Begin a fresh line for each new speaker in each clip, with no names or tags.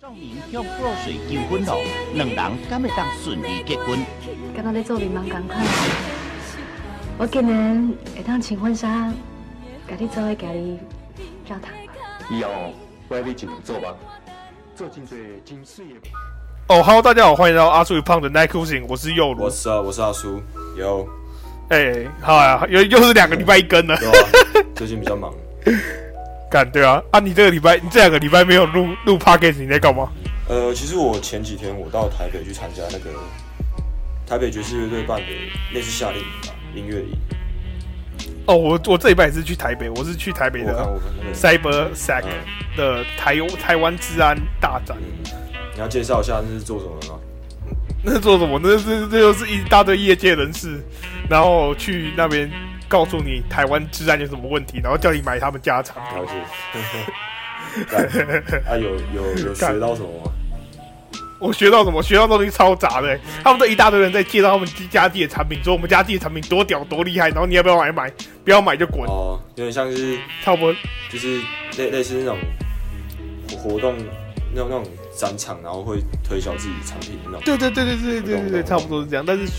宋明向破水求婚咯，两人敢会当顺利结婚？
敢若咧做面盲共款。我今年会当穿婚纱，甲你做伙行去教堂。
以后我要尽量做吧，做真多真水的。
哦哈喽，大家好，欢迎来到阿叔与胖的 Night Cruising，我是右
我
鲁。
是啊，我是阿叔，有，
哎、好啊，又又是两个礼拜一更了。
对啊，最近比较忙，
干对啊，啊，你这个礼拜，你这两个礼拜没有录录 podcast，你在干嘛？
呃，其实我前几天我到台北去参加那个台北爵士乐队办的类似夏令营吧，音乐营，
哦，我我这礼拜也是去台北，我是去台北
我看
的
我嗯们那个，
Cyber Sac 的台台湾治安大展。
嗯，你要介绍一下那是做什么的吗？
那做什么？那这这又是一大堆业界人士，然后去那边告诉你台湾治安有什么问题，然后叫你买他们家常。
了解，干啊，有有有学到什么吗？
我学到什么？学到东西超杂的欸、他们这一大堆人在介绍他们家自己的产品，说我们家自己的产品多屌多厉害，然后你要不要买买？不要买就滚，
哦，有点像是
差不多。
就是类类似那种活活动，那种那种展场，然后会推销自己产品的那种，
对对对对对对对对，差不多是这样。但是学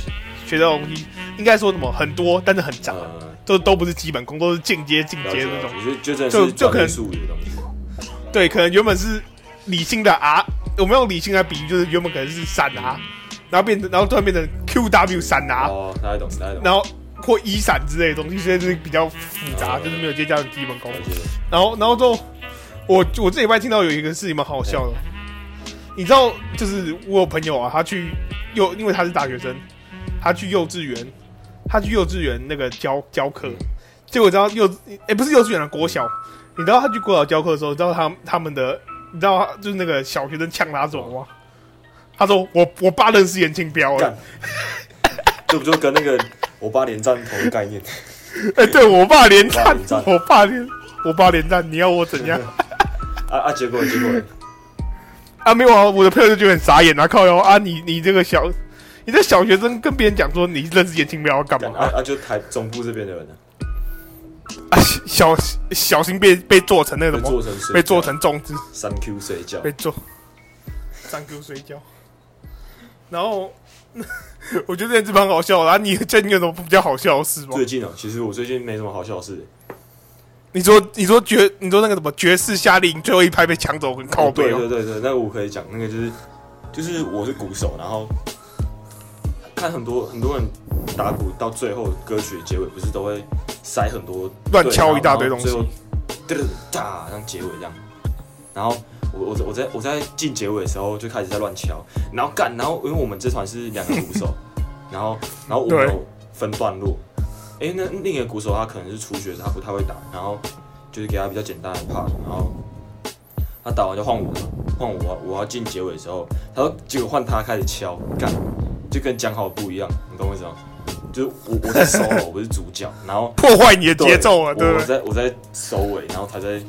学到东西应该说什么很多，但是很杂，
呃，
都都不是基本功，都是进阶进
了
阶
解
这种。
了解，就就真的
就是就可
专
能
业术语的东西。
对，可能原本是理性的 R，我们用理性来比喻，就是原本可能是闪 R，然后变成然后突然变成 QW 闪 R，、
嗯哦，大概懂，大概懂。
啊然后或一闪之类的东西，所以就是比较复杂，
嗯
就是没有接教的基本功
了。解
然后然后之后，我我这礼拜听到有一个事情蛮好笑的，你知道，就是我有朋友啊，他去幼，因为他是大学生，他去幼稚园，他去幼稚园那个教教课，结果你知道幼，哎、不是幼稚园啊，国小，你知道他去国小教课的时候，你知道他他们的，你知道他就是那个小学生呛他什么吗？他说我我爸认识严清标了
干， 这不就跟那个我爸连战同概念？
哎、对我爸连战
我爸连，战
我爸连我爸连战，你要我怎样？
啊啊，结果结果，
啊，没有啊，我的朋友就觉得很傻眼啊，靠哟啊，你你这个小，你这小学生跟别人讲说你认识严清标要干
干
嘛
啊啊，就台中部这边的人呢，
啊？小小心被被做成那个
被
什么
做，成水，
被做成粽子，
三 Q 水饺
被，做三 Q 水饺，然后 我觉得这蛮好笑的啊，你最近有什么比较好笑的事吗
最？近啊，其实我最近没什么好笑的事。
你说你说爵你说那个什么爵士夏令营最后一拍被抢走跟靠
哦，对
背
对
哦，
对对，那个我可以讲，那个就是就是我是鼓手，然后看很多很多人打鼓到最后歌曲的结尾不是都会塞很多
乱敲一大堆
然后
东西
最后嘚哒，让结尾这样。然后我我我在我在进结尾的时候就开始在乱敲，然后干，然后因为我们这团是两个 鼓手，然后然后我们
对
有分段落，诶，那另一个鼓手他可能是初学者，他不太会打，然后就是给他比较简单的 part，然后他打完就换我了，换我，我要进结尾的时候，他说结果换他开始敲，干，就跟讲好不一样，你懂我意思吗？就是我我在 solo，我是主角，然后
破坏你的 节奏啊，对
我
不对？
我在我在收尾，然后他在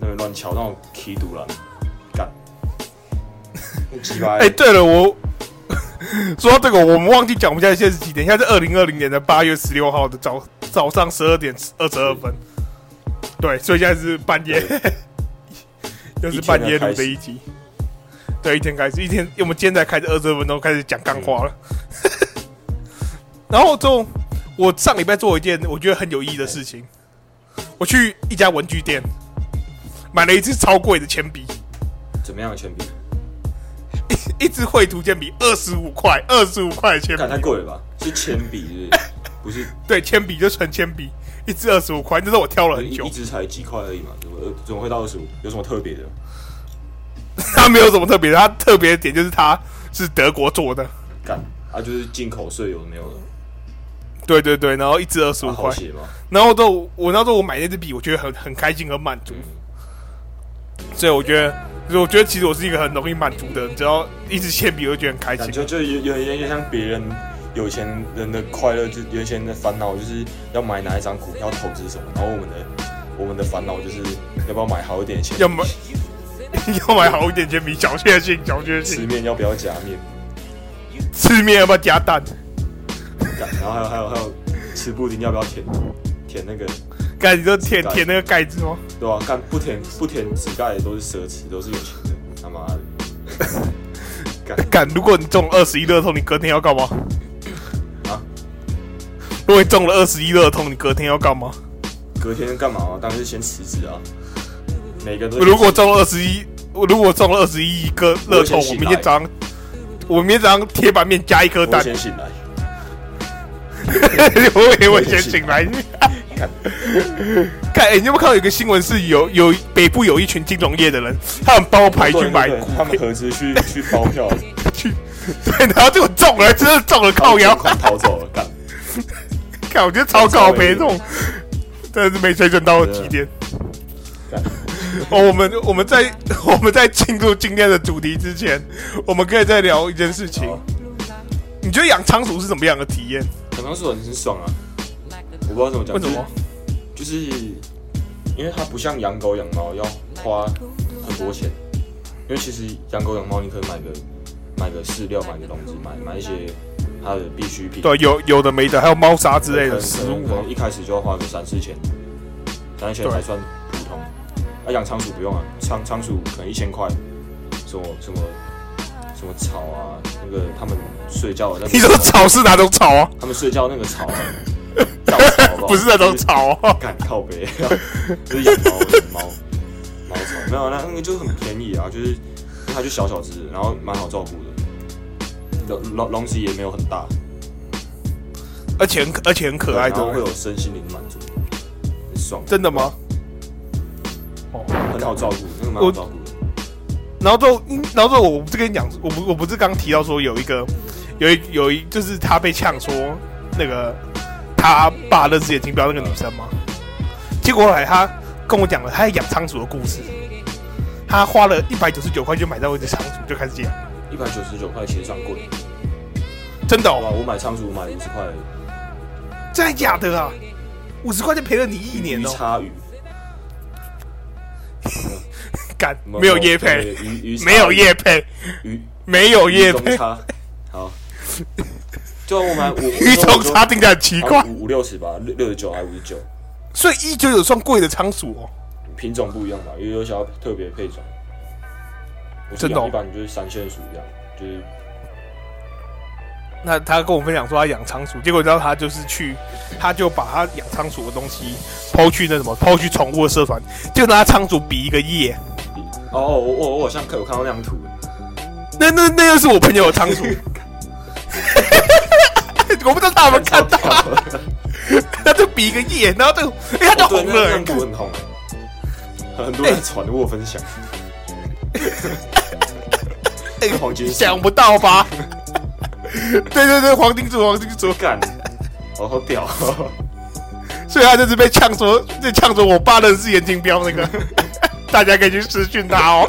那边乱敲，那种 key 堵了，干，很鸡巴
哎、，对了，我 说到这个，我们忘记讲我们现在现在是几点？现在是二零二零年的八月十六号的早早上十二点二十二分。对，所以现在是半夜，又是半夜录的一集。对，一天开始，一天我们今天才开始二十二分钟开始讲干话了。 然后之后，我上礼拜做了一件我觉得很有意义的事情，我去一家文具店买了一支超贵的铅笔。
怎么样的铅笔？
一支绘图铅笔二十五块，二十五块的铅
干太
笔，
贵了吧？是铅笔 是不是？
对，铅笔就纯铅笔，一支二十五块，这是我挑了
不是
很
一
久
一，支才几块而已嘛，怎么呃怎么会到二十五？有什么特别的？
它没有什么特别的，它特别的点就是它是德国做的，
干啊，就是进口税有的没有的，
对对对，然后一支二十五
啊、好
块，
写吗？
然后都我我那时候我买那支笔，我觉得很很开心，很满足，
嗯
所以我觉得，所以我觉得其实我是一个很容易满足的人，只要一支铅笔我就觉得很开
感
心，
觉就有有有点像别人有钱人的快乐，就有钱人的烦恼就是要买哪一张股票投资什么，然后我们的我们的烦恼就是要不要买好一点钱，
要买 要买好一点铅笔，小确幸，小确
吃
幸，
面要不要加面，
吃面要不要加蛋？
干然后还有还有还有吃布丁要不要舔舔那个，
盖你就舔
是的
舔那个盖子吗？哦
啊对吧、干不舔不舔纸盖的都是奢侈，都是有钱人，他妈的干
干，如果你中二十一乐透，你隔天要干嘛？
啊！
如果你中了二十一乐透，你隔天要干嘛？
隔天干嘛、当然是先辞职啊。每个都
如果中了二十一，我如果中了二十一个乐透，
我
我
先醒来
明天早上，我明天早上铁板面加一颗
我
蛋，
先醒来，
我也
我
会
先
先
醒
醒来。看，哎、你有没有看到有个新闻是有有北部有一群金融业的人，他们包牌去
对
买
对
股
对他们合资去去包票，
去，对，然后结果中了，真的中了 靠腰，
款逃走了， 干。
看我觉得超搞赔这种，真的是没水准到极点。
啊干
哦，我们我们在 我们在进入今天的主题之前，我们可以再聊一件事情
好。
你觉得养仓鼠是什么样的体验？
刚刚说很爽啊，我不知道怎么讲，
为什么？
就是因为它不像养狗养猫要花很多钱，因为其实养狗养猫你可以买个买个饲料，买个笼子，买买一些它的必需品，
对，啊有有的没的，还有猫砂之类
可
的
能
食物
可
啊
能。一开始就要花个三四千，三四千
对
才算普通。啊，养仓鼠不用啊，仓仓鼠可能一千块，什么什么什么草啊，那个他们睡觉的那个，
你说草是哪种草啊？
他们睡觉那个草、 啊，稻草好好
不是那种，草啊，
敢靠背，就是养猫的猫猫草，没有那那个就很便宜啊，就是它就小小只，然后蛮好照顾的，笼笼笼子也没有很大，
而且很可而且很可爱
然后会
的，
有身心灵满足，很爽，
真的吗？哦，
很好照顾，那个蛮好照顾的。
然后之后，嗯然后之后我不是跟你讲，我不我不是刚提到说有一个，有一有一就是他被呛说那个他爸认识眼睛标那个女生吗？结果后来他跟我讲了他在养仓鼠的故事，他花了一百九十九块就买到一只仓鼠就开始养，
一百九十九块其实算贵，
真的
好吧？
哦，
我买仓鼠买五十块
真的假的啊？五十块就赔了你一年
鱼
哦，
叉鱼，
干没有业配，
对鱼鱼叉
没有业配，
鱼
没有
鱼
业
中
配，
叉，好，就我买五
鱼虫差定价很奇怪，
五五六十吧，六六十九还五十九，
所以一九九算贵的仓鼠哦。
品种不一样吧，因为有想要特别配种。我
真的哦
一般就是三线鼠一样，就是
那他跟我分享说他养仓鼠，结果你知道他就是去，他就把他养仓鼠的东西抛去那什么，抛去宠物的社团，就拿仓鼠比一个耶。
哦哦，我我我好像看我看到那张图，
那那那又是我朋友的仓鼠，我不知道他们看到，
超屌的
他就比一个耶，然后就哎、他就
对，
红
那
了、
那张图很红，很多人传我分享。
哎
黄金鼠
想不到吧？对对对，黄金鼠黄金鼠，
干，哦好屌、哦，
所以他就是被呛说，被呛说我爸认识眼睛标那个， 大家可以去私讯他哦。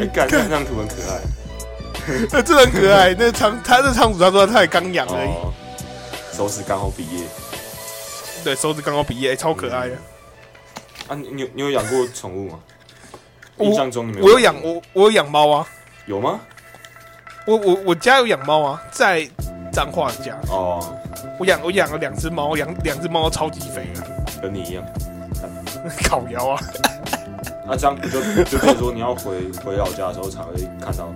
哎干，那张图很可爱。
那真的很可 爱。那仓他那仓鼠，他说他才刚养而已，
哦，手指刚好毕业。
对手指刚好毕业，超可
嗯
爱的。
啊，你你有你有养过宠物吗？
我
印象中你没
我有养我我有养猫啊，
有吗？
我我我家有养猫啊，在彰化的家，
哦，
我养我养了两只猫，养两只猫超级肥的，
跟你一样。
烤腰啊，
那、这样不就就比如说你要回回老家的时候才会看到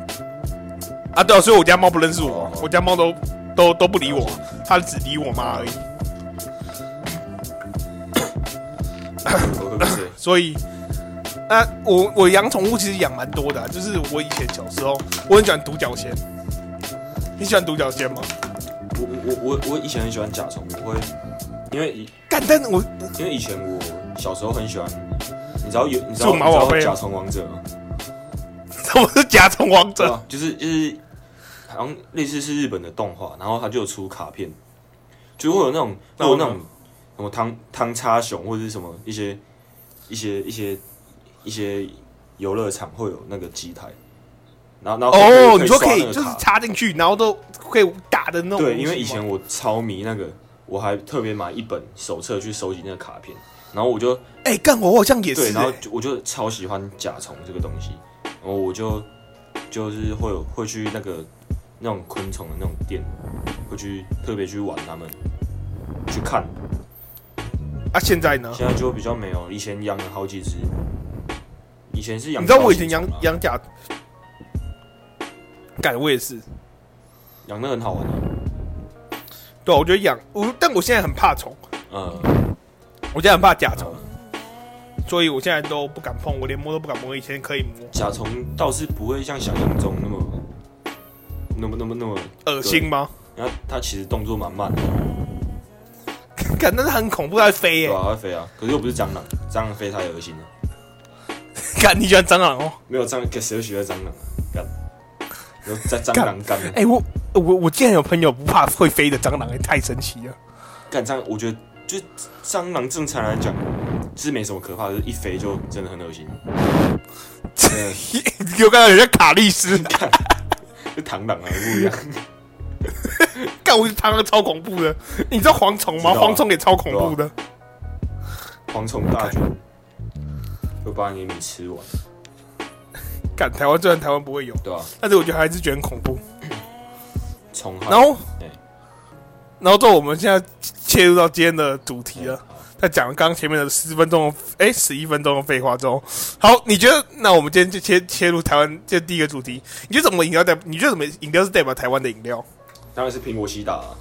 啊对啊，所以我家猫不认识我
哦，
我家猫都都都不理我，它只理我妈而已，
我会不会？
所以。啊，我我养宠物其实养蛮多的啊、就是我以前小时候我很喜欢独角仙，你喜欢独角仙吗？
我我我我以前很喜欢甲虫，我会因为以
干，但我
因为以前我小时候很喜欢，你知道有你知道
数
你知
码宝
道
贝啊
甲虫王者吗？
我是甲虫王
对
者，
啊，就是就是，好像类似是日本的动画，然后它就有出卡片，就会有那种会
然后
有
呢
那种什么汤汤叉熊或者是什么一些一些一些一些游乐场会有那个机台，然后然后
哦，
可
你
以
说
刷
可以
那个
就是
卡
插进去，然后都可以打的那种东西吗。
对，因为以前我超迷那个，我还特别买一本手册去收集那个卡片，然后我就
哎，干我好像也
对，
是
然后
欸，
就我就超喜欢甲虫这个东西，然后我就就是会有会去那个那种昆虫的那种店，会去特别去玩它们，去看。
啊，现在呢？
现在就比较没有，以前养了好几只，以前是养，
你知道我以前养
养
养甲，干我也是，
养的很好玩啊，
对啊、我觉得养我，但我现在很怕虫，
嗯，
我现在很怕甲虫，所以我现在都不敢碰，我连摸都不敢摸。以前可以摸，
甲虫倒是不会像想象中那么那么那么那么
恶心吗？
然后它其实动作蛮慢的，
干，那是很恐怖，它会飞欸
对
耶、
啊，它会飞啊，可是又不是蟑螂，蟑螂飞它也恶心啊，
干，你喜欢蟑螂哦？
没有蟑螂，给谁会喜欢蟑螂啊？干，有在蟑螂干的
哎、我我我竟然有朋友不怕会飞的蟑螂，也太神奇了。
干蟑，我觉得就蟑螂正常来讲是没什么可怕的，就是一飞就真的很恶 心，真的
你有看到有像卡利斯，
就螳螂啊不一样，
干，我觉得蟑螂超恐怖的。你知道蝗虫吗？
知道啊
蝗虫也超恐怖的。
蝗虫大军会把你的米吃完，啊
干，台湾虽然台湾不会有，
对吧、啊？
但是我觉得还是觉得很恐怖。
虫害，
然后
对，
然后之后我们现在切入到今天的主题
嗯
了。
好
在讲刚刚前面的十分钟的，哎，十一分钟的废话中，好，你觉得那我们今天就切切入台湾这第一个主题，你觉得怎么饮料代？你觉得怎么饮料是代表台湾的饮料？
当然是苹果西打、啊。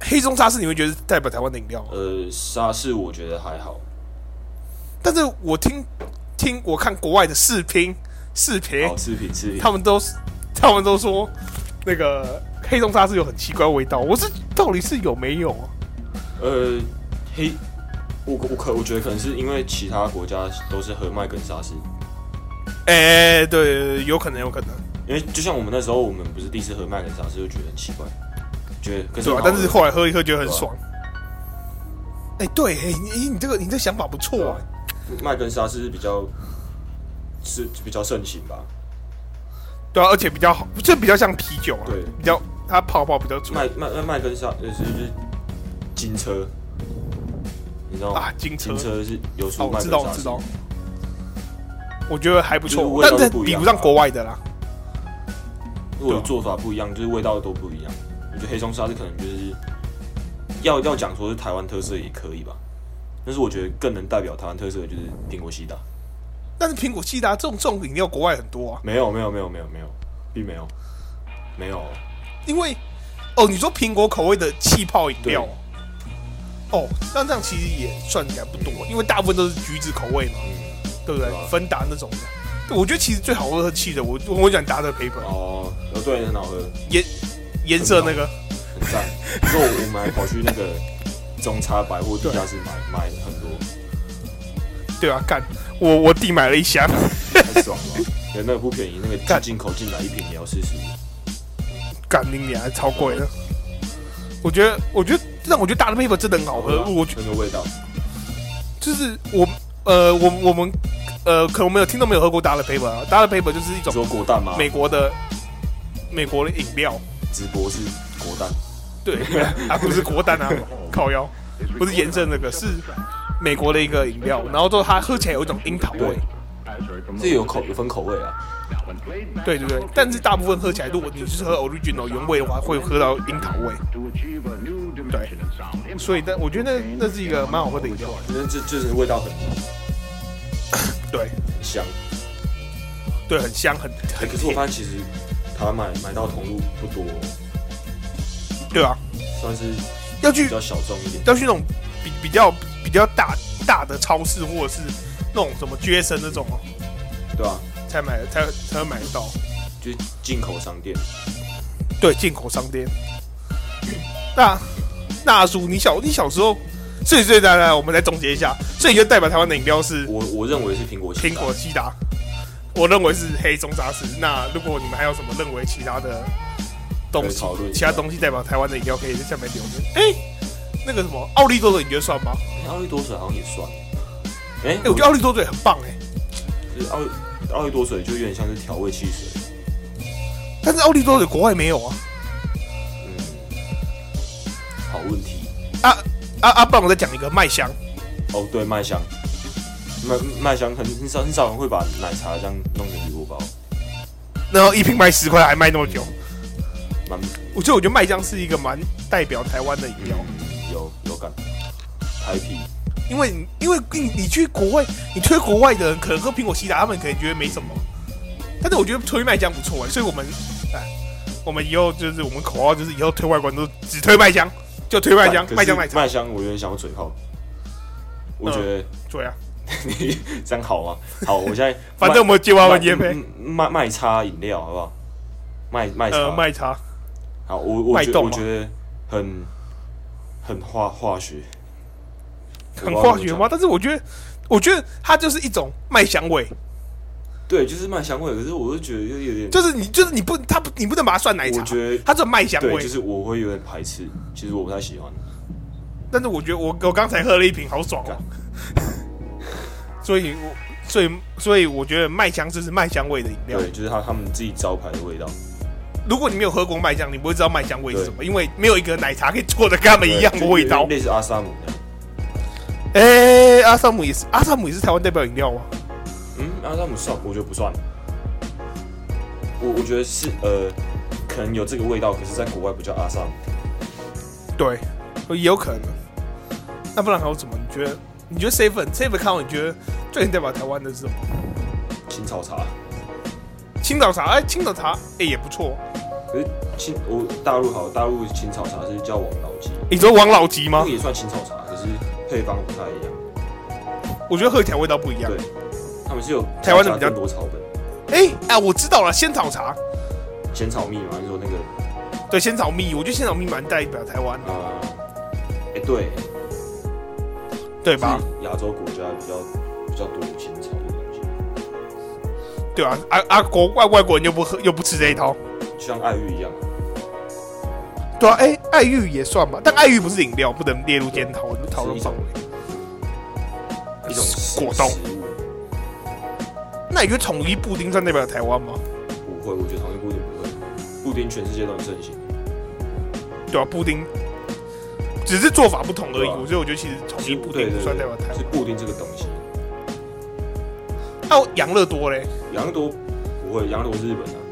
黑松沙士你会觉得是代表台湾的饮料吗？
呃，沙士我觉得还好，
但是我听听我看国外的视频视频
好，吃品吃品
他。们都他们都说那个黑松沙士有很奇怪的味道，我是到底是有没有啊？
呃，黑，我我可我觉得可能是因为其他国家都是喝麦梗沙士，
哎、对对，对有可能，有可能，
因为就像我们那时候，我们不是第一次喝麦梗沙士就觉得很奇怪，觉得可是
对吧、啊
很好
但是
喝
后来喝一喝觉得很
对啊
爽。哎、对，哎、你你这个你这个想法不错、啊。
麦根沙士比较是比较盛行吧，
对啊，而且比较好，这比较像啤酒啊，
对
比较它泡泡比较粗
麦麦麦麦根沙就是就是金车，你知道吗？
啊，金车
金，车是有
哦，
出
我
麦
知
根
道，
沙
我知
士，
道，我觉得还不
就是
错，
味道
但
是
是
不一
比
样
不
的
上国外的啦。
如果做法不一样，就是味道都不一
啊
样。我觉得黑松沙士可能就是要要讲说是台湾特色也可以吧，但是我觉得更能代表台湾特色的就是苹果西打。
但是苹果西达这种这种饮料国外很多啊，
没有没有没有没有没有，并没有没有，
因为哦，你说苹果口味的气泡饮
对
料哦，那这样其实也算起来不多，因为大部分都是橘子口味嘛，
嗯，
对不对
对啊？
芬达那种的，对我觉得其实最好喝的气的，我我讲达的 paper
哦，哦对，很好喝，
颜颜色那个，
很赞。之后我们还跑去那个中差百货地下室买买了很多，
对啊，干我我弟买了一箱。
太爽了。对，那个不便宜，那个
干
进口进来一瓶也要四十五，
干你娘，还超贵的。我觉得，我觉得，但我觉得大的 paper 真的很好喝。我觉
那个味道，
就是我，呃，我我们，呃，可能没有听众没有喝过大的 paper 啊。大的 paper 就是一
你
种
说果蛋吗？
美国的美国的饮料，
直播是果蛋，
对， 啊，不是国蛋啊，靠腰，不是颜色那个，是美国的一个饮料。然后之后它喝起来有一种樱桃味，
这有口有分口味啊。
对对对。但是大部分喝起来，如果你是喝 original 原味的话，会喝到樱桃味。对，所以但我觉得那那是一个蛮好喝的饮料。
那这就是味道很
对。
香。
对，很香，很
哎
很
可是我
甜，
发现其实台湾买买到同路不多，
对啊，
算是
要
比
去
较小众一点。
要去那种比比较比较大大的超市，或者是那种什么绝生那种哦，
对吧、
才买才才会买得到。
就是进口商店。
对，进口商店。那那叔，你小你小时候，所以所以来来，我们来总结一下，所以就代表台湾的饮料是
我我认为是苹果西
苹
打
果西达，我认为是黑松沙士。那如果你们还有什么认为其他的东
可以
西
讨论，一下
其他东西代表台湾的饮料，可以在下面留言。哎、那个什么奥利多的，你觉得算吗？
奥利多水好像也算。哎、
哎、我觉得奥利多嘴很棒哎、
就是奥利奥利多水就有点像是调味汽水，
但是奥利多嘴国外没有啊。
嗯，好问题。
啊啊啊！不然我再讲一个麦香，
哦，对，麦香，麦麦香很很少很少人会把奶茶这样弄成铝箔包，
然后一瓶卖十块，还卖那么久。
蛮
我所以我觉得麦香是一个蛮代表台湾的饮料。
嗯有有感，台啤
因为你因为你你去国外，你推国外的人可能喝苹果西打，他们可能觉得没什么，但是我觉得推麦香不错哎、所以我们哎，我们以后就是我们口号就是以后推外观都只推麦香，就推麦香，
可是
麦香麦茶，
麦香，我有点想要嘴炮。我觉得
对啊，
你这样好吗？好，我现在
反正我们接完完也
麦嗯
配，
麦麦茶饮料好不好？麦麦茶
呃，麦茶，
好，我我
麦
觉
冻
我
吗
觉得很很化化学，
很化学吗？？但是我觉得，我觉得它就是一种麦香味，
对，就是麦香味，可是我就觉得又有点，
就是你就是你不它不你不能把它算奶茶
我，觉得
它这麦香
对，
味
就。是我会有点排斥，其实我不太喜欢。
但是我觉得我我刚才喝了一瓶，好爽 哦、所以我所以所以我觉得麦香就是麦香味的饮料。
对，就是他他们自己招牌的味道，
如果你没有喝过麦香，你不会知道麦香味是什么，因为没有一个奶茶可以做的跟他们一样的
对
味
就
道
是。类似阿萨姆那样。
哎、阿萨姆也是，阿萨姆也是台湾代表饮料啊吗？
嗯，阿萨姆算，我觉得不算。我我觉得是呃，可能有这个味道，可是在国外不叫阿萨姆。
对，也有可能。那不然还有什么？你觉得？你觉得 seven seven 看完，你觉得最能代表台湾的是什么？
青草茶，
青岛茶，哎、青岛茶，哎、也不错。
可是青我大陆好，大陆青草茶是叫王老吉，
你说王老吉
那
吗
个？也算青草茶，可是配方不太一样。
我觉得喝起来味道不一样。
对，他们是有
台湾的比较
加更多草本，
哎、哎、我知道了，仙草茶。
鲜草蜜嘛，就是说那个
对，仙草蜜，我觉得仙草蜜蛮代表台湾的，
呃，哎、对，
对
是
吧？
亚洲国家比较比较多鲜草的东西，
对啊，啊啊，国外外国人又不喝又不吃这一套，
就像爱玉一样，
对啊，哎、爱玉也算吧，但爱玉不是饮料，不能列入检讨讨论
是一
范
种
围。
一种食
果冻
食物。
那你觉得统一布丁算代表台湾吗？
不会，我觉得糖衣布丁不会，布丁全世界都很盛行。
对啊，布丁只是做法不同而已，
对啊
所以我觉得其实统一布丁不算代表台
是
湾。
布丁这个东西，
还有啊养乐多嘞，
羊肉多不会，羊肉多是日本的、啊，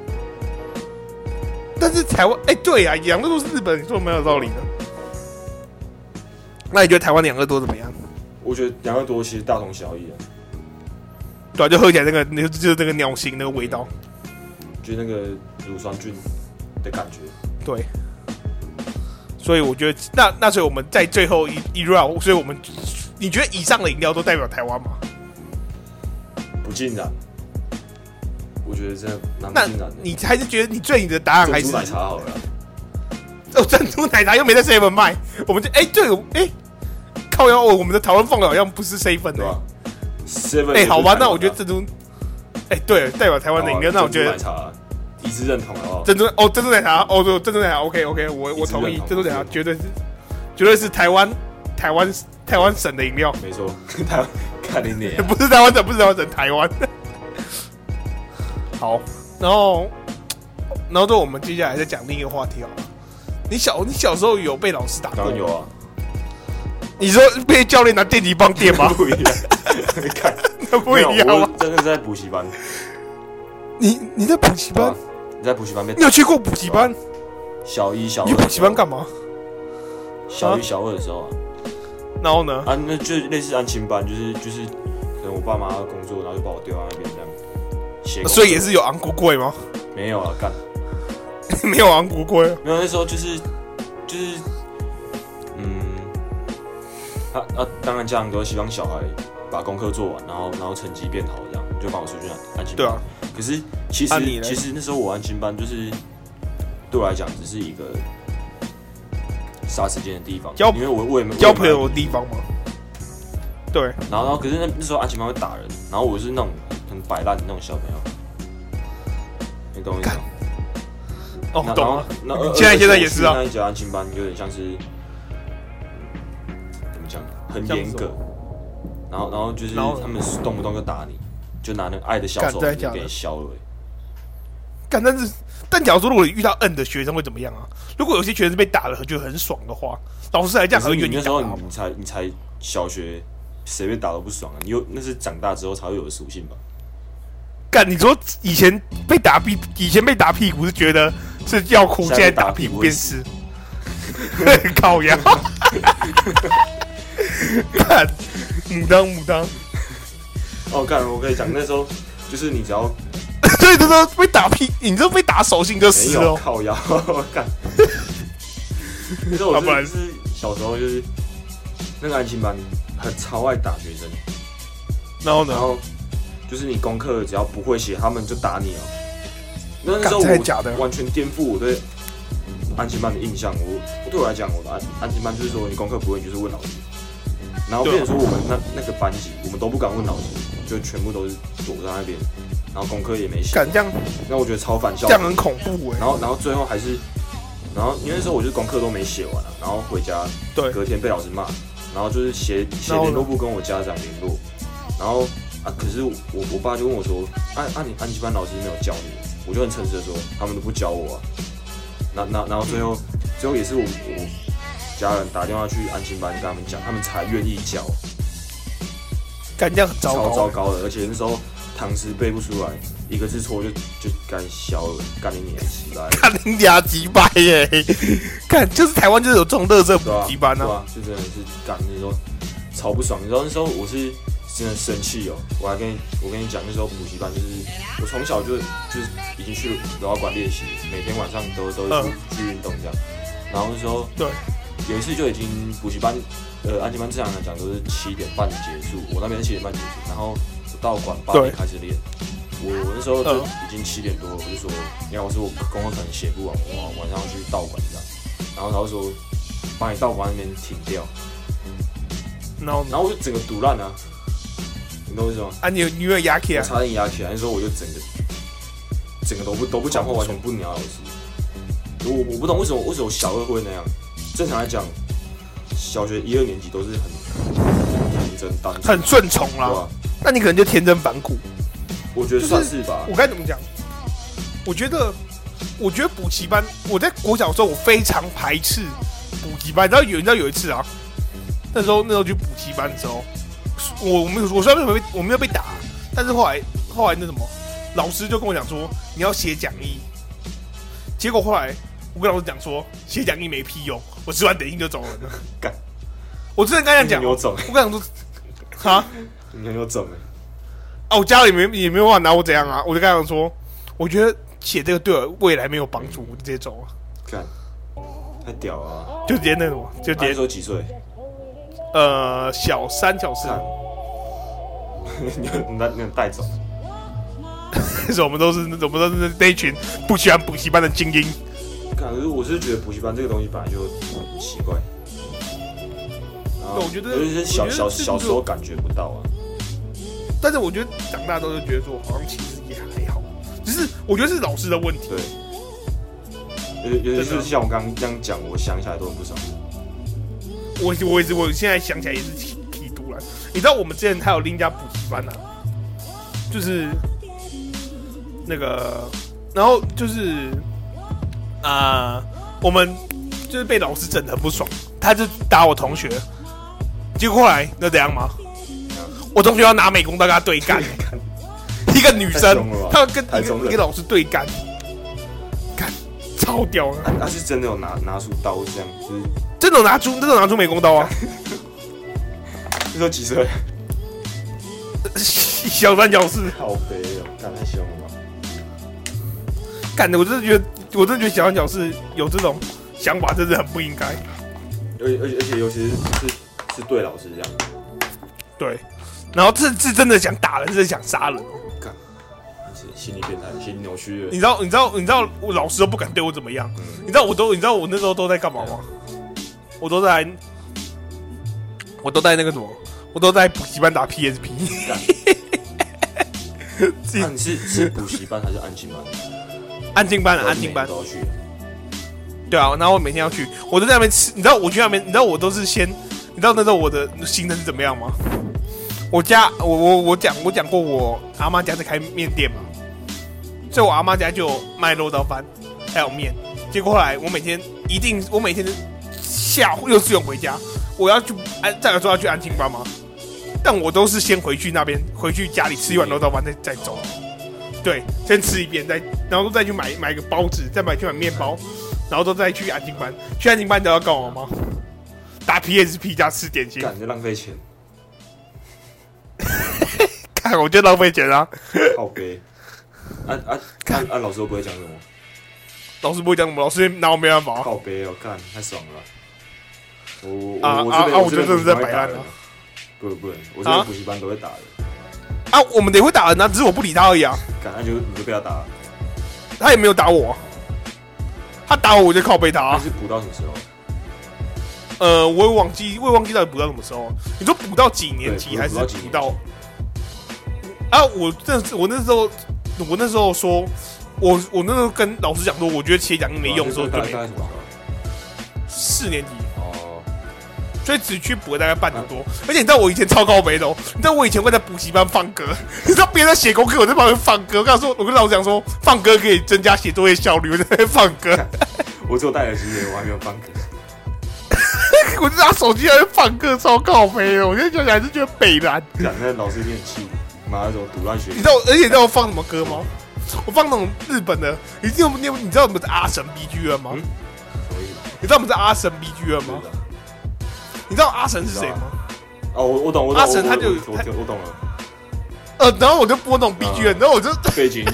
但是台湾哎、对啊，养乐多是日本，你说没有道理的。那你觉得台湾的养乐多怎么样？
我觉得羊肉多其实大同小异啊，
对啊，就喝起来那个那个就是那个鸟心那个味道。
就是那个乳酸菌的感觉。
对，所以我觉得那那所以我们在最后一一 round，所以我们你觉得以上的饮料都代表台湾吗？
不尽然，我觉得真的蛮不
那
尽然的。
你还是觉得你最你的答案还
啊珍
是
珠奶茶好了啊，
哦珍珠奶茶又没在 seven 卖，我们就哎、对哎、靠腰哦，我们的讨论范围好像不是 seven
对
的、
吧？Seven
哎、好吧，
也不是台湾的啊
那我觉得珍珠哎、对代表台湾的饮料，
好啊
那我觉
珍珠
得
奶茶啊一致认同好不好？
珍珠哦珍珠奶茶哦对珍珠奶茶 OK OK 我我同意
一直
珍
认同
珠奶茶绝对是绝对是台湾台湾台湾省的饮料。
没错， 台湾看你脸啊，
不是台湾省，不是台湾省，台湾。 好，然后，然后对我们接下来再讲另一个话题好了。你小你小时候有被老师打
当
过？
然有 啊，
你说被教练拿电击棒电吗？
不一样， 看
那不一
没有
样啊
我
吗？
真的是在补习班，
你你在补习
对
班
吧？？你在补习班被
啊你有去过补习班？
小一、小二
你去
的时候
补习班干嘛？
小一、小二的时候啊，
然后呢？
啊，那就类似安亲班，就是就是，可能我爸妈工作，然后就把我丢到那边这样。写功课
所以也是有昂古贵吗？
没有啊，干
没有昂古贵啊，
没有那时候就是就是，嗯，啊啊，当然家长都希望小孩把功课做完，然后然后成绩变好，这样就把我送去安安亲班。
对啊。
可是其实、
啊你嘞
其实那时候我安亲班就是对我来讲只是一个杀时间的地方，
交
因为我我也没
交朋友的地方吗？对，
然后，然后可是那那时候安琪妈会打人，然后我是那种很摆烂的那种小朋友，你懂我意思吗？
哦
那，
懂了。。
然后那
现在现在也是啊
那一节安亲班有点像是嗯怎么讲，很
像是
严
什
格。然后然后就是
然后
他们是动不动就打你，就拿那个爱的小
干
手
真的
就
假的
给你削了、欸
干，但是但假如说如果你遇到摁的学生会怎么样啊？如果有些学生被打了就很爽的话，老师来这样还
可
会
是
愿
你
意
那时
打
候
他
你
吗
你才你才小学，谁被打都不爽啊！你又那是长大之后才会有的属性吧？
干，你说以前被打屁，以前被打屁股是觉得是要哭，
现
现
在
在打屁股变湿，靠呀！看牡丹牡丹，
哦，干，我跟你讲，那时候就是你只 要
所以这都被打屁，你这被打手心就
没
死了
有
哦。
靠腰， 干。那时候
要
我
不然
是是小时候就是那个安亲班很超爱打学生，
然后呢
然？后就是你功课只要不会写，他们就打你哦。那那
干
时候
真的假的
我完全颠覆我对安亲班的印象。我我对我来讲，我的安安亲班就是说，你功课不会，你就是问老师。然后
对啊
变成说我们那那个班级，我们都不敢问老师，就全部都是躲在那边，然后功课也没写，
敢这样
那我觉得超反效
这
果
样。很恐怖哎、
然后然后最后还是，然后因为那时候我就是功课都没写完了、然后回家
对，
隔天被老师骂，然后就是写写
然后呢
联络簿跟我家长联络，然后啊，可是我我爸就问我说，啊啊你安吉班老师没有教你，我就很诚实的说，他们都不教我啊，那那然后最后最后也是我我家人打电话去安吉班跟他们讲，他们才愿意教，
敢这样很糟
超
糕
糟
欸、
糕的，而且那时候唐诗背不出来，一个字错就就干消了，干你娘鸡巴 的，
看人家几百 耶，看就是台湾就是有这种乐色补
对啊，
习班
对
啊，
啊，就真的是干那时候超不爽。你知道那时候我是真的生气哦，我还跟你我跟你讲，那时候补习班就是我从小就就是已经去柔道馆练习，每天晚上都都
嗯
去去运动这样。然后那时候
对，
有一次就已经补习班，呃，安全班正常来讲都是七点半结束，我那边是七点半结束，然后我到馆八
对
点开始练。我我那时候就
嗯
已经七点多了，我就说，你看我说我功课可能写不完，我晚上要去道馆这样。然后他就说，把你道馆那边停掉，
然后呢
然后我就整个堵烂啊，你懂我意思吗？
啊你有你有压起
我
啊，
差点压起来，那时候我就整个整个都不都不讲话，完全不鸟老师。我我不懂为什么为什么小二会那样。正常来讲，小学一二年级都是很很天真单纯，
很顺从
对
啦，
吧？
那你可能就天真反骨。
我觉得算是吧
我。该怎么讲？我觉得，我觉得补习班，我在国小的时候我非常排斥补习班。你知道有，你知道有一次啊，那时候那时候去补习班的时候，我我没有我虽然没有被我没有被打，但是后来后来那什么，老师就跟我讲说你要写讲义，结果后来我跟老师讲说写讲义没屁用，我吃完点心就走人了。
干，
我真的跟他
你
讲
很，有种，
我跟他讲说，哈。
你很有种哎。
啊，我家里没也没有办法拿我怎样啊，我就跟他讲说，我觉得写这个对我未来没有帮助，我就直接走了，
干，太屌了啊！
就直接那什么，就直
你那
接、
时候 几岁？
呃小三小四，啊
看，你你那你有带走。
那 时候我们都是我们都是那一群不喜欢补习班的精英，
感觉我是觉得补习班这个东西本来就很奇怪，然后
对我觉得
尤其是小
我觉得
小
这个
小时候感觉不到啊，
但是我觉得长大之后就觉得说，好像其实也还好，只是我觉得是老师的问题，
对，尤尤其
真
是
的
像我刚刚这样讲，我想起来都很不爽。
我我也是我现在想起来也是提提督了，你知道我们之前还有另一家补习班啊，就是那个，然后就是啊、我们就是被老师整的很不爽，他就打我同学，结果后来那怎样吗？我同学要拿美工刀跟他对
哎
干，一个女
太
生
凶了吧，
她要跟
太
一
凶
个
了
一个老师对干，干超屌的，
他、啊、是真的有拿拿出刀这样，就是
真的有拿出真的有拿出美工刀啊，
那时候几 岁？
小三小四。
好肥哦，干太凶了吧！
干的，我真的觉得，我真的觉得小三小四有这种想法，真的很不应该。
而且而且而且尤其是是是对老师这样，
对，然后这这真的想打人，真的想杀人。哦
干，是心理变态，心理扭曲
你
了。
知道，你知道，你知道，我老师都不敢对我怎么样。你知道我都，你知道我那时候都在干嘛吗？我都在，我都在那个什么，我都在补习班打 PSP。自己
啊那、你是是补习班还是安静 班？
安静班啊，安静班
都。要去。
对啊，然后我每天要去，我都在那边吃。你知道我去那边，你知道我都是先，你知道那时候我的行程是怎么样吗？我家，我我我讲我讲过，我阿妈家在开面店嘛，所以我阿妈家就有卖肉燥饭，还有面。结果后来我每天一定，我每天下午幼稚园回家，我要去安，再来说要去安亲班嘛，但我都是先回去那边，回去家里吃一碗肉燥饭，再再走。对，先吃一遍，再然后再去买买个包子，再买去买面包，然后都再去安静班。去安静班你知道要干嘛吗？打打 PSP 加吃点心，
干，这浪费钱，
看我就浪费钱啊！
好悲。啊啊啊啊！老师都不会讲什么，
老师不会讲什么，老师拿我没办法啊。
好悲哦，干，太爽了。我我
啊
我
啊
这边
啊我
我这边
觉得这是在
补习班会
摆烂
打人
啊
的。不不，我这
啊
边补习班都会打人，
啊，我们也会打人啊，只是我不理他而已啊，
干，那就你就被他打了。
他也没有打我啊，他打我我就靠背他啊、
那是补到什么时候？
呃，我也忘记，我也忘记到底补到什么时候。你说补到几年级
对
还是
补到几
补
年
到？啊，我那时我那时候，我那时候说，我我那时候跟老师讲说，我觉得切奖没用的时候，
啊大
就
概
没
大概什么时候？
四年级，
哦，
所以只去补了大概半年多。而且你知道我以前超高没的、哦，你知道我以前会在补习班放歌， 你知道别人在写功课，我在旁边放歌。我跟他说，我跟老师讲说，放歌可以增加写作业效率，我在那边放 歌，
我只有戴耳机而已，我还没有放歌。
我就拿手机在那边放歌，超高没的。我现在想起来还是觉得北 蓝。
干，那老师一定很气，妈那种毒烂学
你知道，而且你知道我放什么歌吗？我放那种日本的，你知道你你知道我们是阿神 B G M 吗？
嗯所以
你知道我们是阿神 B G M 吗？你知道阿神是谁吗？
哦，我我懂，我懂，
阿神
我
他就
我我我我懂了，
呃，然后我就播那种 B G M，然后我就
背景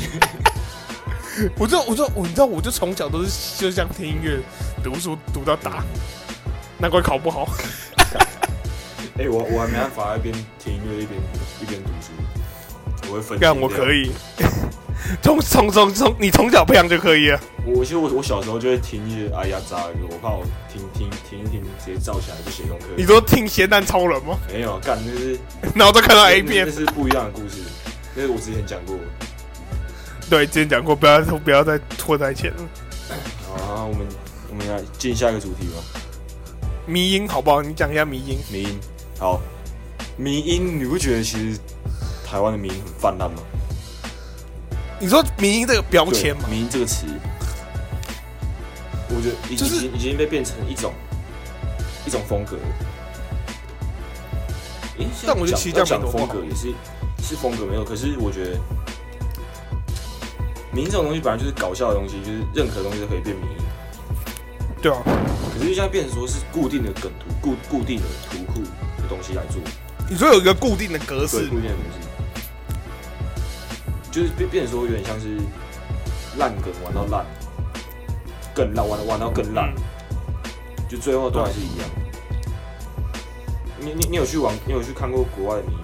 我就我就我你知道我就从小都是就像听音乐，读书读到大，难怪考不 好。
哎、我我还没办法一边听音乐一边一边读书，我会分。
干我可，以， 从从从从你从小培养就可以了。
我其实我我小时候就会听一些哎呀杂的歌，我怕我听听听一听直接燥起来就写功课。
你说听咸蛋超人吗？
没有干，那是
然后再看到 A
那
片
那，是不一样的故事，那是我之前讲过。
对，之前讲过，不要不要再拖在前了。
好啊，我们我们来进下一个主题吧。
迷音好不好？你讲一下迷音。
迷音，好，迷音，你不觉得其实台湾的迷音很泛滥吗？
你说迷音这个标
对
签吗？
迷音这个词，我觉得已经、
就是
已经已经被变成一种一种风格了。诶现在
但我觉得
讲
其实
要
这样
讲
没多不
风
好
格也是是风格没有，可是我觉得迷音这种东西本来就是搞笑的东西，就是任何东西都可以变迷音。
对啊，
可是就像变成说是固定的梗图、固固定的图库的东西来做，
你说有一个固定的格
对
式
固，定的东西，就是变变成说有点像是烂梗玩到烂，更烂玩到玩到更烂，
嗯
就最后都还是一样。你你你有去玩？你有去看过国外的迷吗？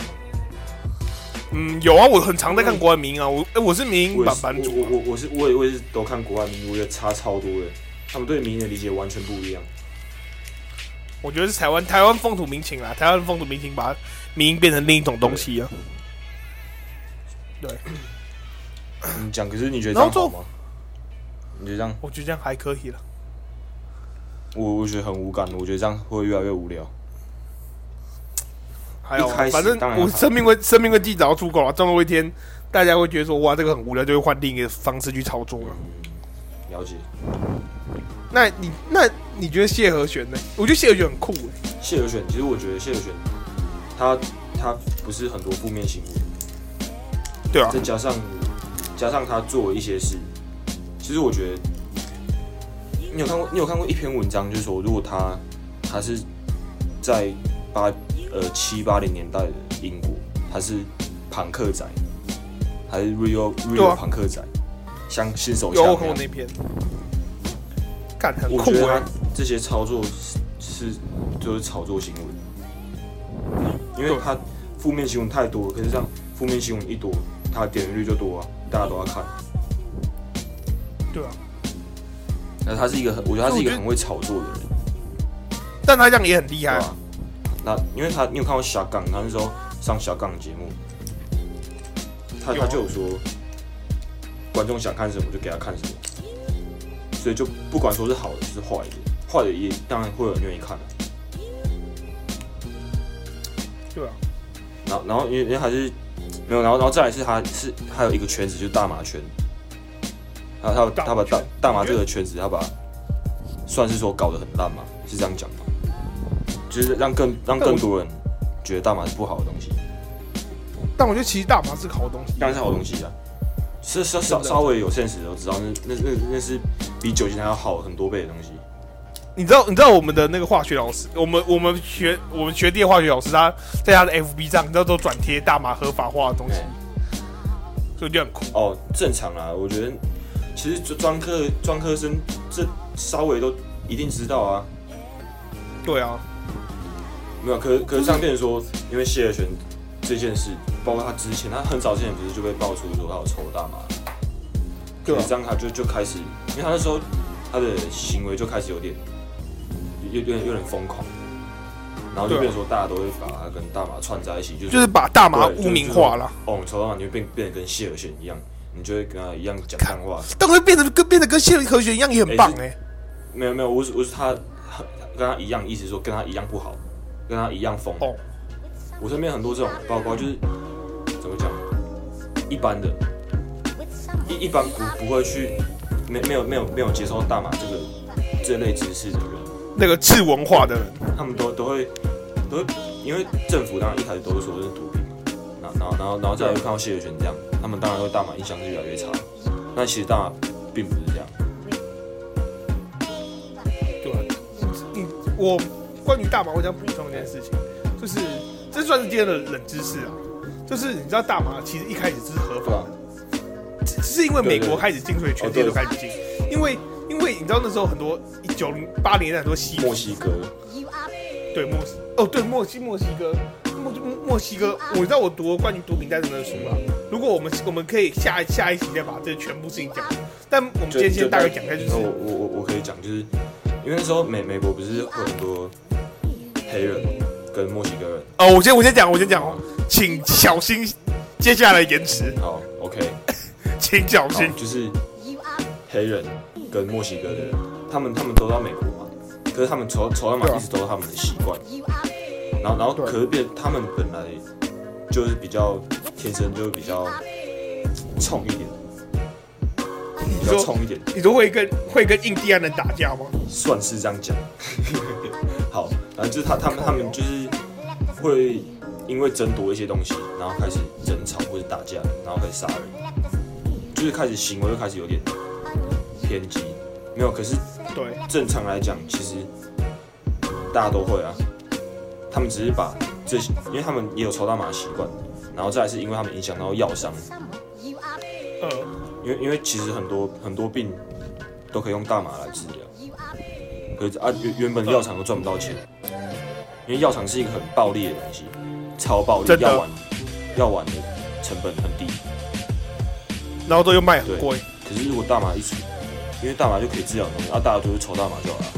嗯，有啊，我很常在看国外迷音啊，我哎我是迷音
我也
版
是
版主
我
啊，
我我我是我也我也是都看国外迷，我觉得差超多的，他们对迷的理解完全不一样。
我觉得是台湾台湾风土民情啦，台湾风土民情把迷音变成另一种东西啊。
你讲，可是你觉得这
然后
样好
就
吗？你觉得这样？
我觉得这样还可以了，
我我觉得很无感，我觉得这样会越来越无聊。
还有啊
一开始
反正
当然
我
好
生命会生命会自己找到出口啊，总有一天大家会觉得说哇这个很无聊，就会换另一个方式去操作
嗯
了。
了解，
那你那你觉得谢和弦呢？我觉得谢和弦很酷欸
谢和弦，其实我觉得谢和弦，嗯他他不是很多负面行为，
对啊
再，加上加上他做一些事，其实我觉得，你有看过你有看过一篇文章，就是说如果他他是在八呃七八零年代的英国，他是朋克仔，还是 real
对啊
real 朋克仔，像新手
有
枪
我
那
看
样
过那篇，干很
我
酷
觉得
哎
他，这些操作是是就是炒作新闻，因为他负面新闻太多，可是这样负面新闻一多，它的点击率就多啊，大家都要看。
对啊。
那他是一个很，我觉得他是一
所以我觉
个
得
很会炒作的人，
但他这样也很厉害
对吧、。啊那因为他，你有看过小港，他那时候上小港的节目，他
有啊
他就有说，观众想看什么就给他看什么，所以就不管说是好的是坏的，坏的也当然会有人愿意看、啊。
对啊，
然后然后因为因为还是没有，然后然后再来是他是还有一个圈子就是大麻圈，他他
大麻
他把大
圈
大麻这个圈子他把算是说搞得很烂嘛，是这样讲吗？就是让更让更多人觉得大麻是不好的东西，
但我觉得其实大麻是个好东西，
当然是好东西啊，是稍稍
真的
稍微有现实的都知道，那那那那是比酒精还要好很多倍的东西。
你知道你知道我们的那个化学老师，我们我们学我们学弟的化学老师，他在他的 FB 上，你知道都转贴大麻合法化的东西，所以就很酷。
哦，正常啦，我觉得其实专科专科生这稍微都一定知道啊，
对啊，
没有，可是可
嗯
是上电说，因为谢尔璇这件事，包括他之前，他很早之前不是就被爆出说他有抽大麻，
对啊
可是这样他就就开始，因为他那时候他的行为就开始有点有有点有点疯狂，然后就
对啊
变成说大家都会把他跟大麻串在一起，就是
就是把大麻污名化了，
对就是就是说哦，你抽到你会变变得跟谢尔璇一样，你就会跟他一样讲 脏话，
但会变得跟变得跟谢和弦一样也很棒哎、
没有没有，我是我是他他跟他一样，意思是说跟他一样不好，跟他一样疯。
哦
我身边很多这种，包括就是怎么讲，一般的，一一般不不会去，没没有没有没有接受大麻这个这类知识的人，
那个次文化的人，
他们都都会都会，因为政府当然一开始都是说这是毒品嘛，然后然后然后然后再来看到谢雪全这样，他们当然对大麻印象是越来越差。那其实大麻并不是这样，
对、啊，嗯，我关于大麻，我想补充一件事情，就是这算是今天的冷知识啊，就是你知道大麻其实一开始是合法
对吧、
只是因为美国
对对
开始禁，所以全世界都开始禁。因为因为你知道那时候很多一九零八年代很多西
墨西哥
对墨西哦对墨西墨西哥墨墨西哥，我知道我读了关于毒品战争的书嘛。如果我们我们可以下下一期再把这全部事情讲，但我们今天先大概讲一下，就
那我
是
我我我可以讲，就是因为那时候美美国不是会有很多黑人跟墨西哥人。
哦，我先我先讲，我先讲哦，请小心接下来的延迟，
好，OK，
请小
好
心，。
就是黑人跟墨西哥的人，他们他们都到美国嘛，可是他们抽抽到
对
嘛
啊
一直都是他们的习惯，然后然后
对
可是变他们本来就是比较天生就比较冲一点，比较
说
冲一点，
你说会跟会跟印第安人打架吗？
算是这样讲。 好，然后就是他他们他们就是会因为争夺一些东西，然后开始争吵或者打架，然后开始杀人，就是开始行为就开始有点偏激。没有，可是
对，
正常来讲，其实大家都会啊。他们只是把这些，因为他们也有抽大麻的习惯，然后再来是因为他们影响到药商，
呃，
因为因为其实很多很多病都可以用大麻来治疗，可是啊原原本药厂都赚不到钱，因为药厂是一个很暴利的东西，超暴
真
利，
的
药丸药丸的成本很低，
然后都又卖很
对
贵，
可是如果大麻一出，因为大麻就可以治疗的东西，啊大家都是抽大麻就好了，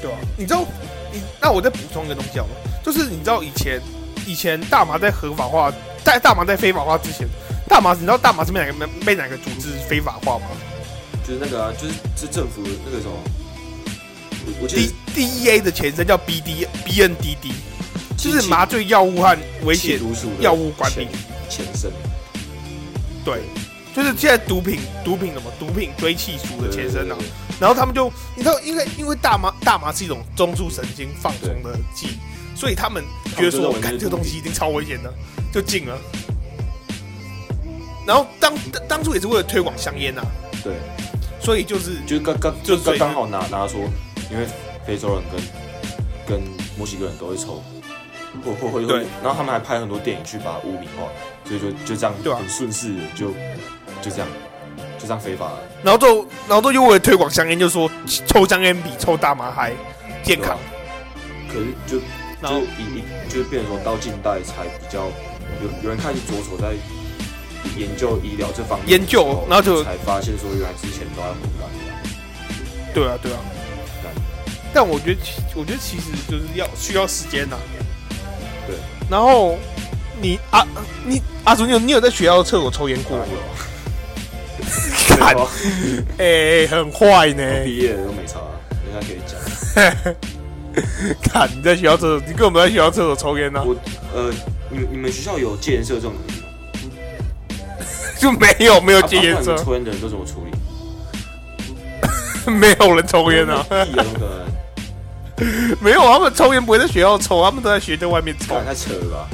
对吧、你知道，你那我再补充一个东西好吗？就是你知道以前以前大麻在合法化，在大麻在非法化之前，大麻你知道大麻是被哪个被哪个组织非法化吗
就是那个啊，就是是政府的那个什么，我我记
？D
得
D E A 的前身叫 B D B N D D，
其
就
实
是麻醉药物和危
缉
险
毒署的
药物管理
前。前身，
对，就是现在毒品毒品什么毒品追气术的前身啊
对对对。
然后他们就你知道，因为因为大麻大麻是一种中枢神经放松的剂，所以他们觉得说，
他们就认为
看
是
这个
毒
东
品
西一定超危险的，就禁了。然后当当当初也是为了推广香烟呐、啊，
对。
所以就是
就刚刚
就
就
所
刚
以
刚好拿拿说，因为非洲人跟跟墨西哥人都会抽，或或会
对
会，然后他们还拍很多电影去把它污名化，所以就就这样
对啊
很顺势地就就这样就这样非法了，
然后就然后就又为了推广香烟，就说抽香烟比抽大麻还健
对吧
康。？
可是就
然
就
后
一一就变成说到近代才比较有有人开始着手在研究医疗这方面的时候，
研究然后就
才发现说原来之前都在胡乱这样。
对啊，对啊
对。
但我觉得其，我觉得其实就是要需要时间呐、啊
对。
然后你啊，你阿祖，你有你有在学校的厕所抽烟过吗？
有，
看
对吧
哎、很坏呢。
毕业了都没差啊，人家可以讲。
看你在学校厕所，你跟我们在学校厕所抽烟啊呢、
我呃，你们你们学校有戒烟社这种东西吗？
就没有没有
啊
戒烟
不然你
车
们，抽烟的人都怎么处理？
没有人抽烟啊，
屁啊，怎么可 能？
没有，他们抽烟不会在学校抽，他们都在学校外面抽
干。太扯了吧！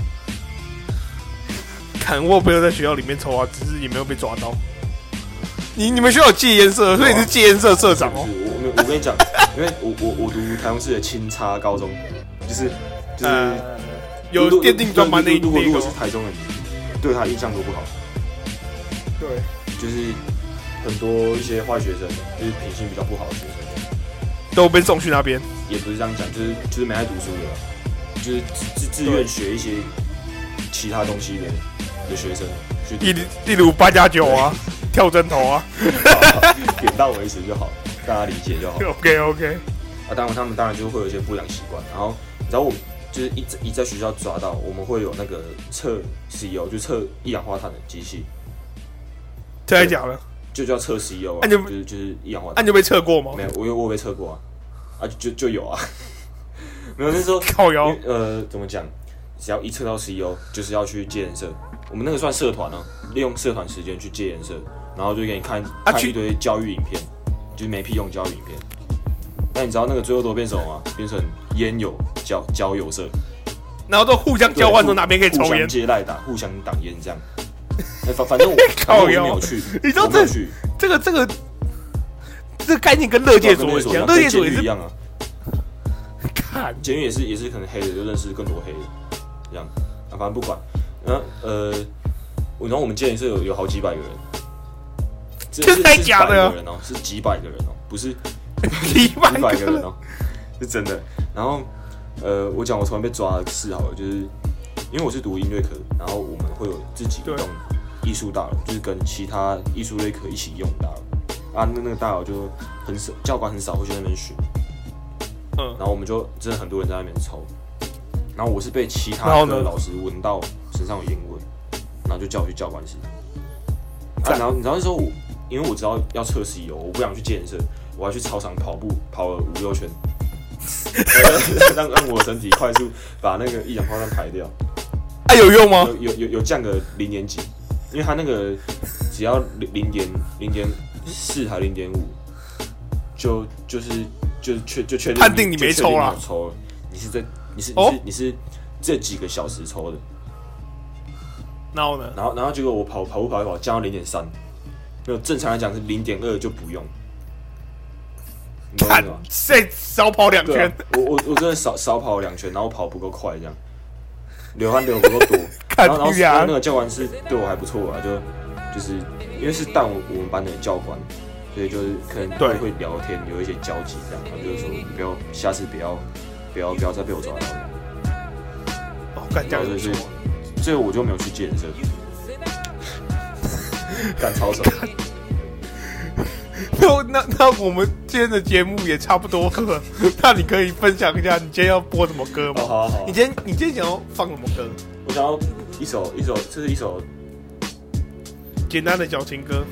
看我朋友在学校里面抽啊，只是也没有被抓到。你你们学校有戒烟社，所以你是戒烟社社长哦
不。是，我没有，为我跟你讲，因为我我我读台中市的清差高中，就是就是
呃，有
如果
奠定专班的一
如果如
那
果
个
是台中人，对他印象都不好，
对，
就是很多一些坏学生，就是品性比较不好的学生。
都被送去那边。
也不是这样讲，就是就是没爱读书的啦，就是自自自愿学一些其他东西的的学生去
例如例如八加九啊，跳针头啊。
点到 为止就好，大家理解就好。
OK OK，
啊，当然他们当然就会有一些不良习惯，然后然后我就是一在一在学校抓到，我们会有那个测 CO，就测一氧化碳的机器，
这才讲了，
就叫测 CO 啊，
那
就
就是
就是一氧化
那
碳。
你就被测过吗
没？有，我有我有被测过啊，啊就就有啊， 没有那时候
靠
因
腰
为，呃，怎么讲？只要一测到 CEO，就是要去戒颜色。我们那个算社团哦、利用社团时间去戒颜色，然后就给你看
啊
看
去
一堆教育影片，就是没屁用教育影片。那你知道那个最后都变什么吗？变成烟友交交友社，
然后都互相 交换说
说
哪边可以抽
互
烟
相。接赖打，互相挡烟这样。哎反反正我 反
靠
正我
腰
没有去，
你知道
我没有
这
去，
这个这个这个概念跟乐界
跟
所
那
很
所
像，
跟
乐界
监
所也
狱一
是
样啊，
看
监狱也是也是可能黑的就认识更多黑的，这样啊，反正不管。然后呃，我然后我们监狱是有有好几百个人，这
真的
是是
假的
百个人哦，是几百个人哦，不是
一百
几百
个
个人
人，
哦，是真的。然后呃，我讲我从来被抓的事好了，就是因为我是读音乐科，然后我们会有自己一
对
栋艺术大楼，就是跟其他艺术类科一起用的大楼啊，那那个大楼就很少，教官很少会去那边巡。
嗯
然后我们就真的很多人在那边抽，然后我是被其他
然后
科
呢
的老师闻到身上有烟味，然后就叫我去教官室。啊，
赞
然后你知道那时候我，因为我知道要测试油，我不想去健身，我要去操场跑步，跑了五六圈，呃让让我身体快速把那个一氧化碳排掉，
啊有用吗？
有有有有降个零点几，因为它那个只要零零点零点四还零点五，就就是就确就确定
判定你
就
没
确
抽
定你
啦
有抽了，你是在你是你是、
哦
你是这几个小时抽的，
然后呢？
然后然后结果我跑跑步跑一跑降到零点三，没有正常来讲是零点二就不用，你懂我意
看
思吗？
再少跑两
对、啊
圈，，
我我我真的少少跑了两圈，然后跑不够快，这样流汗流不够多。
看
然后然后
屁啊
然后那个教官是对我还不错啊，就就是因为是当我我们班的教官，所以就是可能
对
会聊天，有一些交集这样。然后就是说你不要下次不要不要不要再被我抓到，
哦，干这样
然后
子
就是所以我就没有去健 身，干超手。
那那那我们今天的节目也差不多了， 那你可以分享一下你今天要播什么歌吗？
哦好好好
你今天你今天想要放什么歌？
我想要一首一首，这是一首
简单的小情歌，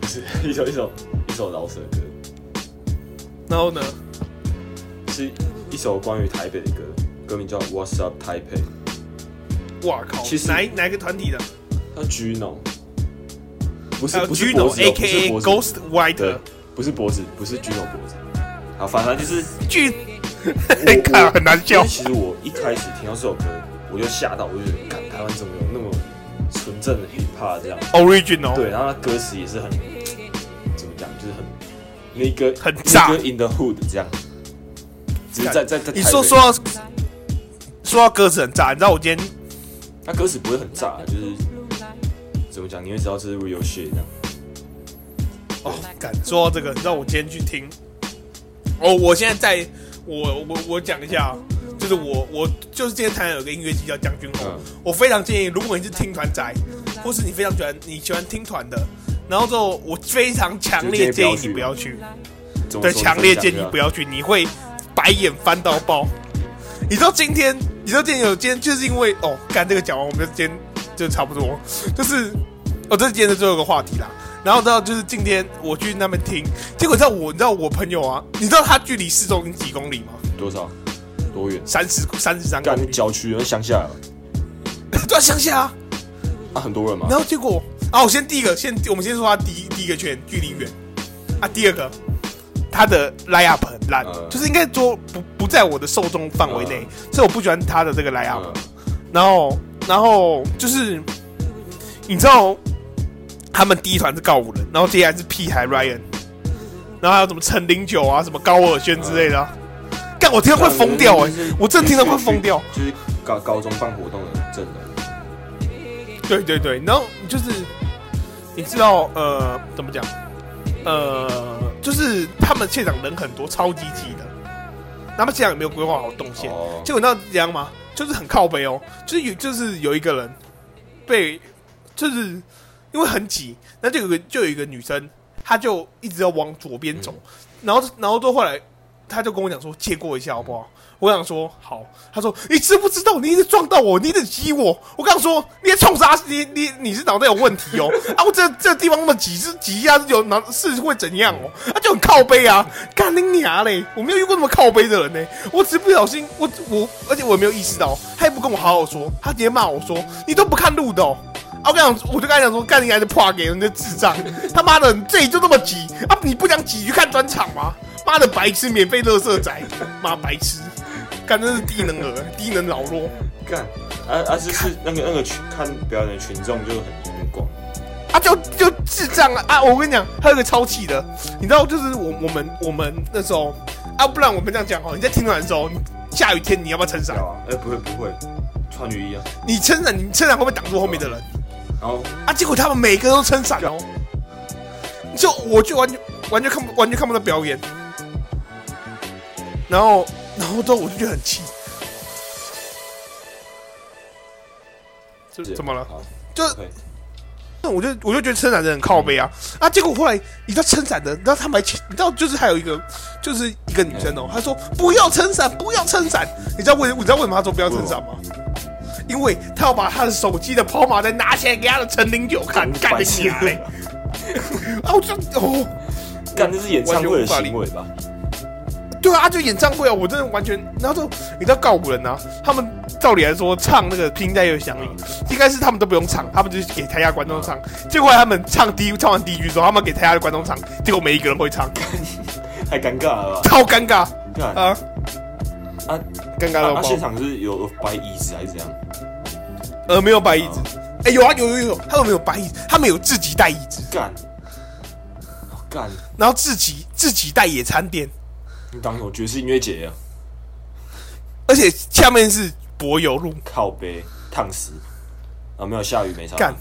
不是一首一首一首饶舌歌。
然后呢？
是一首关于台北的歌，歌名叫《What's Up Taipei》，
哇靠
其，实
哪一哪一个团体的？
叫 Gino，不是
还有
不是脖
Gino
子哦，不是
A.K.A.
脖子
Ghost
对
White，，
不是脖子，不是 Gino 脖子，好，反 正就是
巨
我
看很难
因
笑
为。其实我一开始听到这首歌，我就吓到，我就觉得，看台湾怎么有那么纯正的 hip hop 这样？
Original，
对，然后它歌词也是很怎么讲，就是很那个
很炸
那个 in the hood 这样，只是在在在
你
台
说
北
说到说到歌词很炸，你知道我今天
那歌词不会很炸、就是怎么讲，你会知道这是 real shit 这样。
哦，敢说到这个，你知道我今天去听，哦，我现在在，我我我讲一下啊，就是我我就是今天台南有个音乐季叫将军红，
嗯
我非常建议，如果你是听团宅，或是你非常喜欢你喜欢听团的，然后之后我非常强烈建议你不要去，
怎么
对，
说
强烈建议不。
怎么讲对吧
要去，你会白眼翻到爆。你知道今天，你知道今天有今天就是因为哦，干这个讲完，我们就今天就差不多，就是哦，这是今天的最后一个话题啦。然后知道就是今天我去那边听，结果你知道我你知道我朋友啊，你知道他距离市中几公里吗？
多少？多远？
三十三十三公
干
里，
郊区，那乡下啊
在乡下啊。
啊，很多人嘛。
然后结果啊，我先第一个先我们先说他第一第一个圈距离远啊，第二个他的 line up 很烂，
嗯
就是应该说不不在我的受众范围内，所以我不喜欢他的这个 line up、
嗯
然后然后就是你知道他们第一团是告五人，然后接下来是屁孩 Ryan，然后还有什么陈零九啊，什么高尔宣之类的、啊，
嗯
干我听到会疯掉哎、
就是
我真的听到会疯掉。
就是高高中办活动的真人，
对对对，然后就是你知道呃怎么讲，呃就是他们现场人很多，超级挤的，他们现场也没有规划好动线，
哦
结果你知道怎样吗？就是很靠背哦，就是有就是有一个人被，就是因为很挤，那就有个就有一个女生，她就一直要往左边走，然后然后到后来，她就跟我讲说借过一下好不好？我想说好，她说你知不知道你一直撞到我，你一直挤我，我刚说你在冲啥？你你你是脑袋有问题哦？ 啊，我这这地方那么挤是挤一下是有哪是会怎样哦？啊，就很靠背啊，干你娘嘞！我没有遇过那么靠背的人呢、我只是不小心，我我而且我也没有意识到，他也不跟我好好说，他直接骂我说你都不看路的、哦。啊！我跟你讲，我就跟他讲说，干你还是破给人家智障！他妈的，你这里就这么挤啊！你不想挤去看专场吗？妈的，白痴，免费乐色仔，妈白痴！干真是低能儿，低能老弱
干啊啊！就是那个那个群看表演的群众就很很广，
啊！就就智障啊！啊！我跟你讲，还有一个超气的，你知道，就是我我们我们那时候啊，不然我们这样讲哦，你在听团的时候，你下雨天你要不要撑伞
对？啊，哎不会不会，穿雨衣啊，
你撑伞，你撑伞会不会挡住后面的人
然后
啊？结果他们每个都撑伞哦，就我就完全完全看不完全看不到表演，然后然后之后我就觉得很气，这怎么了？
好
就
对，
那我就我就觉得撑伞的人很靠背啊啊！结果后来你知道撑伞的，你知道他们还你知道就是还有一个就是一个女生哦，她说不要撑伞，不要撑伞。你知道为你知道为什么她说不要撑伞吗？因为她要把她的手机的跑马灯拿起来给她的陈零九看，干得起来嘞！啊，我就哦，
干这是演唱会的行为吧？
对啊，就演唱会啊，我真的完全。然后就你知道告五人啊，他们照理来说唱那个《听在有响应》，应该是他们都不用唱，他们就是给台下观众唱。结果他们唱第一唱完第一句之后，他们给台下的观众唱，结果没一个人会唱，
太尴尬了吧？
超尴尬
干
啊！
啊啊！
尴尬到
他
爆
现。场是有有摆椅子还是怎样？
呃，没有摆椅子，哎、有啊，有有有，他们没有摆椅子，他们有自己带椅子，
干干，
然后自己自己带野餐垫，
你当什么爵士音乐节啊？
而且下面是柏油路，
靠背烫死啊！没有下雨没差。
干，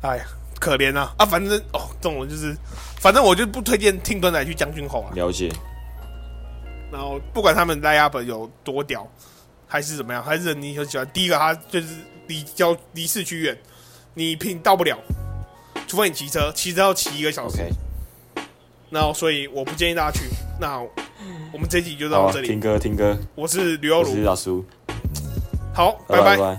哎呀，可怜啊啊！反正哦，这种人就是，反正我就不推荐听端仔去将军吼啊。
了解，
然后不管他们 line up 有多屌，还是怎么样，还是你很喜欢。第一个，他就是离郊离市区远，你平到不了，除非你骑车，骑车要骑一个小时。
OK，
然后，所以我不建议大家去。那好，我们这集就
好
到
啊，
这
听
里。
歌听歌，
我是吕欧
我是
儒，
大叔，
好，
拜
拜
拜。